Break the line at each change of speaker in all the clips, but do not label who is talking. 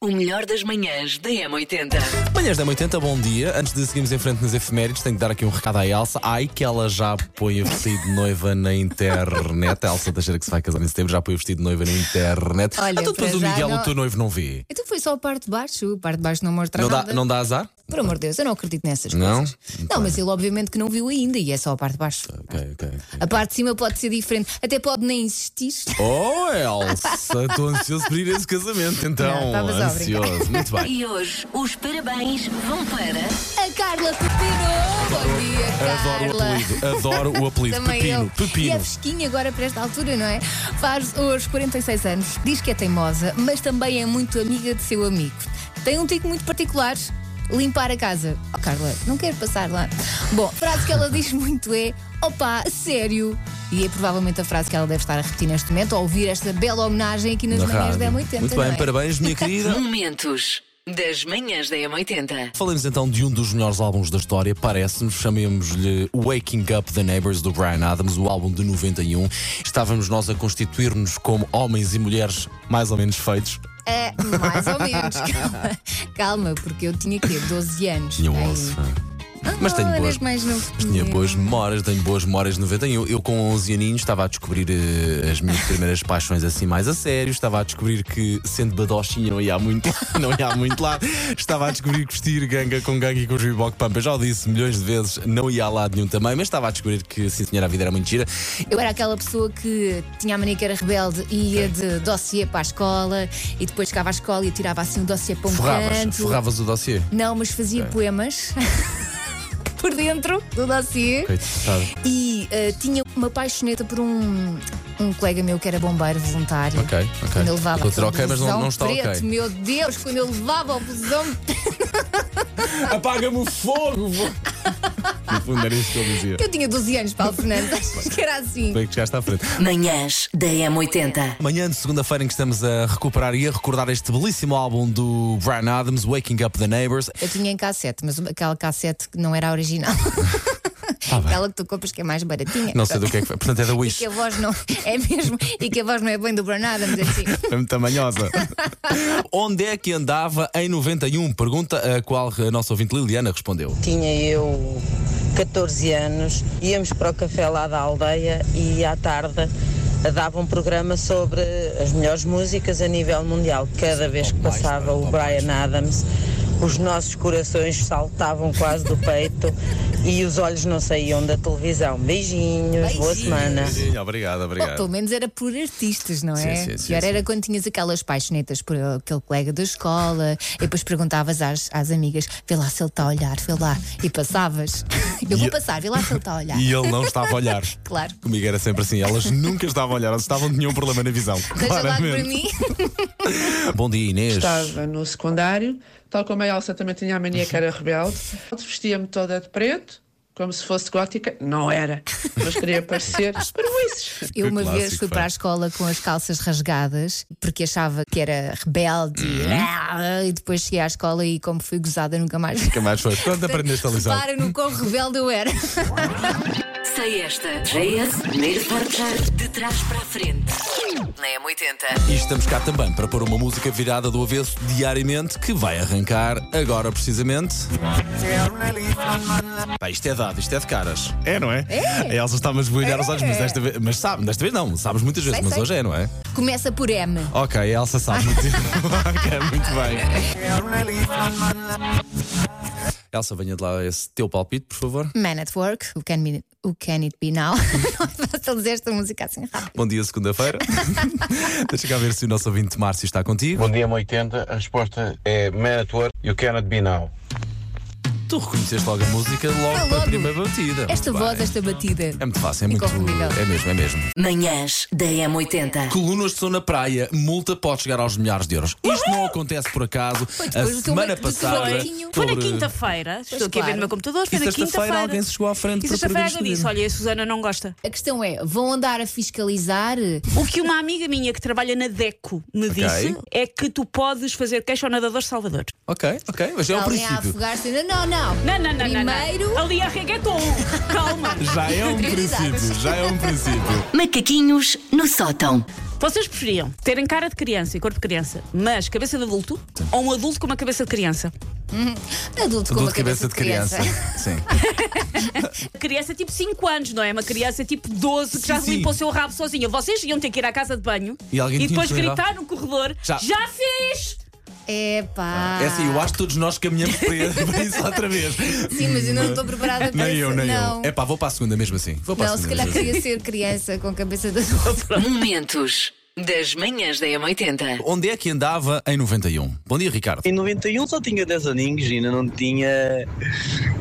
O melhor das manhãs da M80.
Manhãs da 80, bom dia. Antes de seguirmos em frente nas efemérides, tenho que dar aqui um recado à Elsa. Ai, que ela já põe o vestido de noiva na internet. A Elsa Teixeira, que se vai casar em setembro, já põe o vestido de noiva na internet.
Olha,
então depois
para
o
já
Miguel,
não-
o teu noivo, não vê.
Então foi só a parte de baixo, a parte de baixo não mostra
Não dá,
nada.
não dá azar?
Por amor de Deus, eu não acredito nessas
Não?
coisas. Não, mas ele obviamente que não viu ainda e é só a parte de baixo.
Ok, ok. ok.
A parte de cima pode ser diferente, até pode nem existir.
Oh, Elsa, estou ansioso por ir a esse casamento,
Não,
então.
estavas a brincar.
ansioso. Muito bem.
E hoje os parabéns vão para.
A Carla Pepino! Bom dia,
Adoro o
Carla!
apelido, adoro o apelido.
Também
Pepino,
eu. E é
pepino.
fresquinha agora para esta altura, não é? Faz hoje 46 anos, diz que é teimosa, mas também é muito amiga de seu amigo. Tem um tico muito particular. Limpar a casa. Oh, Carla, não quero passar lá. Bom, a frase que ela diz muito é: opa, sério. E é provavelmente a frase que ela deve estar a repetir neste momento, ao ouvir esta bela homenagem aqui nas
Na
manhãs
rádio.
da M80.
Muito
não
bem,
é?
parabéns, minha querida.
Momentos das manhãs da M80.
Falemos então de um dos melhores álbuns da história, parece-nos, chamemos-lhe Waking Up the Neighbors do Brian Adams, o álbum de 91. Estávamos nós a constituir-nos como homens e mulheres mais ou menos feitos.
É, mais ou menos. Calma, calma, porque eu tinha quê? 12 anos.
Tinha
Ai,
11. Mas
não,
tenho
eras
boas.
mais novo que
Mas tinha
eu.
boas memórias, tenho boas memórias de 91. Eu, com 11 aninhos, estava a descobrir eh, as minhas primeiras paixões assim mais a sério. Estava a descobrir que, sendo badochinha, não ia há muito, não ia há muito lá. Estava a descobrir que vestir ganga com ganga e com os Reebok Pump. Eu já o disse milhões de vezes, não ia a lado nenhum também, mas estava a descobrir que, sim, senhora, a vida era muito gira.
Eu era aquela pessoa que tinha a mania que era rebelde e ia de dossiê para a escola e depois chegava à escola e tirava assim um dossiê para um
Forravas,
canto.
forravas o dossiê.
Não, mas
É.
fazia poemas por dentro do dossiê.
Coitado.
E eh, tinha uma paixoneta por um, um colega meu que era bombeiro voluntário.
Ok, ok.
Quando eu levava
Vou dizer
aquele
ok, mas não-
blusão
não está
preto,
ok.
Meu Deus, quando eu levava o blusão
Apaga-me o fogo! vou- no fundo, era isso que eu dizia.
Eu tinha 12 anos, Paulo Fernandes. Achas que era assim?
Bem que já está à frente.
Manhãs da M80.
Manhã de segunda-feira em que estamos a recuperar e a recordar este belíssimo álbum do Brian Adams, Waking Up the Neighbors.
Eu tinha em cassete, mas uma- aquela cassete que não era a original.
Ah, bem.
aquela que tu compras que é mais baratinha.
Não sei do que é que foi. Portanto, é da
E que
Wish.
a voz não é mesmo e que a voz não é bem do Bronada, mas assim.
É muito tamanhosa. Onde é que andava em 91? Pergunta a qual a nossa ouvinte Liliana respondeu.
Tinha eu 14 anos, íamos para o café lá da aldeia e à tarde dava um programa sobre as melhores músicas a nível mundial. Cada vez que passava o Brian Adams, os nossos corações saltavam quase do peito e os olhos não saíam da televisão. Beijinhos. boa semana.
Sim, obrigado,
Ou pelo
obrigado.
menos era por artistas, não é?
Sim, sim, sim,
Pior era
sim.
quando tinhas aquelas paixonetas por aquele colega da escola e depois perguntavas às, às amigas: vê lá se ele está a olhar, vê lá. E passavas. Eu vou
E-
passar, vê lá se ele está a olhar.
E ele não estava a olhar.
Claro.
Comigo era sempre assim, elas nunca estavam a olhar, elas estavam de nenhum problema na visão.
Deixa lá para
Claramente.
mim.
Bom dia, Inês.
Estava no secundário, tal como a Elsa também tinha a mania que era rebelde. Vestia-me toda de preto, como se fosse gótica. Não era, mas queria parecer perruices.
Eu
Que
uma vez
clássico,
fui
pá.
para a escola com as calças rasgadas porque achava que era rebelde
Uhum.
e- Ah, e depois cheguei à escola e como fui gozada nunca mais.
Que mais foi? Quando aprendeste a lição?
Para no quão rebelde eu era.
Sei esta. JS, primeiro portar de trás para a frente. Na M80.
E estamos cá também para pôr uma música virada do avesso diariamente que vai arrancar agora precisamente. Pá, isto é dado, isto é de caras. É, não é? A Elsa está-me a esburilhar os olhos, mas desta vez. Mas sabe, desta vez não, sabes muitas vezes,
É? Sei,
mas
sei.
hoje é, não é?
Começa por M.
Ok, a Elsa sabe muito. ok, muito bem. Elsa, venha de lá esse teu palpite, por favor.
Man at Work, Who Can, be, who can It Be Now? Não é fácil dizer esta música assim rápido.
Bom dia, segunda-feira. Deixa cá ver se o nosso ouvinte Márcio está contigo.
Bom dia, 80. A resposta é Man at Work, You Cannot Be Now.
Tu reconheceste logo a música
Foi
logo para a
logo.
primeira batida.
Esta
Muito
voz,
bem.
esta batida.
É muito fácil, é muito.
Inconfundível.
É mesmo, é mesmo.
Manhãs da M80.
Colunas de som na praia, multa pode chegar aos milhares de euros. Isto não acontece por acaso.
depois do
A
teu
semana
ba- do teu
passada.
barquinho.
Foi na
sobre-
quinta-feira, estou aqui a
claro.
ver no meu computador, foi
E
na quinta-feira.
sexta-feira eh, alguém se chegou à frente para
E sexta-feira
poder
alguém disse:
decidir.
Olha, a Susana não gosta.
A questão é: vão andar a fiscalizar?
O que uma amiga minha que trabalha na DECO me disse é que tu podes fazer queixa ao nadador Salvador.
Ok, ok, mas é o
Alguém a
princípio.
afogar-se? Não, não, não, Não,
Não, não, não, não,
Primeiro.
não. Ali é reggaeton. Calma.
Já é um
Prioridades.
princípio, já é um princípio.
Macaquinhos no sótão.
Vocês preferiam terem cara de criança e corpo de criança, mas cabeça de adulto, ou um adulto com uma cabeça de criança?
Adulto com
Dor
uma
de cabeça de criança. Sim.
Criança tipo 5 anos, não é? Uma criança tipo 12 que já
Sim, sim.
limpou o seu rabo sozinha. Vocês iam ter que ir à casa de banho
E alguém tinha
depois
que ligar.
gritar no corredor:
Já.
Já, fiz!
Epá.
É assim, eu acho que todos nós caminhamos para para isso outra vez.
Sim, mas eu não estou preparada para
Nem
isso.
eu, nem
não.
eu. É pá, vou para a segunda mesmo assim. Vou para
Não,
a
se
segunda.
calhar
mesmo assim.
queria ser criança com cabeça de adulto.
Momentos das manhãs da M80.
Onde é que andava em 91? Bom dia, Ricardo.
Em 91 só tinha 10 aninhos, ainda não tinha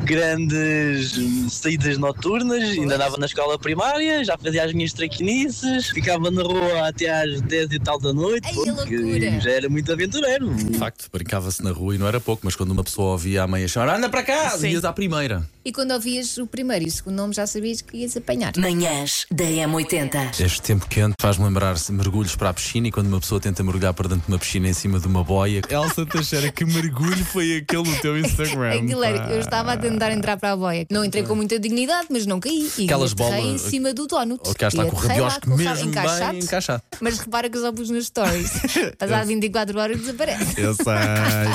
grandes hum, saídas noturnas, ainda andava na escola primária, já fazia as minhas traquinices, ficava na rua até às 10 e tal da noite,
Ai, é
porque
loucura.
já era muito aventureiro.
De facto, brincava-se na rua e não era pouco, mas quando uma pessoa ouvia a mãe a chamar, anda para cá,
Sim.
ias à primeira.
E quando ouvias o primeiro e o segundo nome, já sabias que ias apanhar.
Manhãs da M80.
Este tempo quente faz-me lembrar mergulhos para a piscina e quando uma pessoa tenta mergulhar para dentro de uma piscina em cima de uma boia. Elsa Teixeira, que mergulho foi aquele no teu Instagram?
Aguilera,
pá?
eu estava a tentar entrar para a boia. Não entrei com muita dignidade, mas não caí. E
Aquelas
aterrei
bolas-
em cima do donut.
Ou cá está
E
com o
aterrei lá
rabiosco
com o rabo
mesmo
encaixado.
bem encaixado.
Mas repara que eu só pus nos stories. Passado 24 horas desaparece.
Eu sei.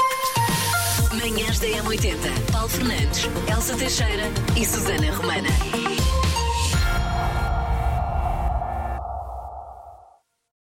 Manhãs da M80. Paulo Fernandes, Elsa Teixeira e Susana Romana.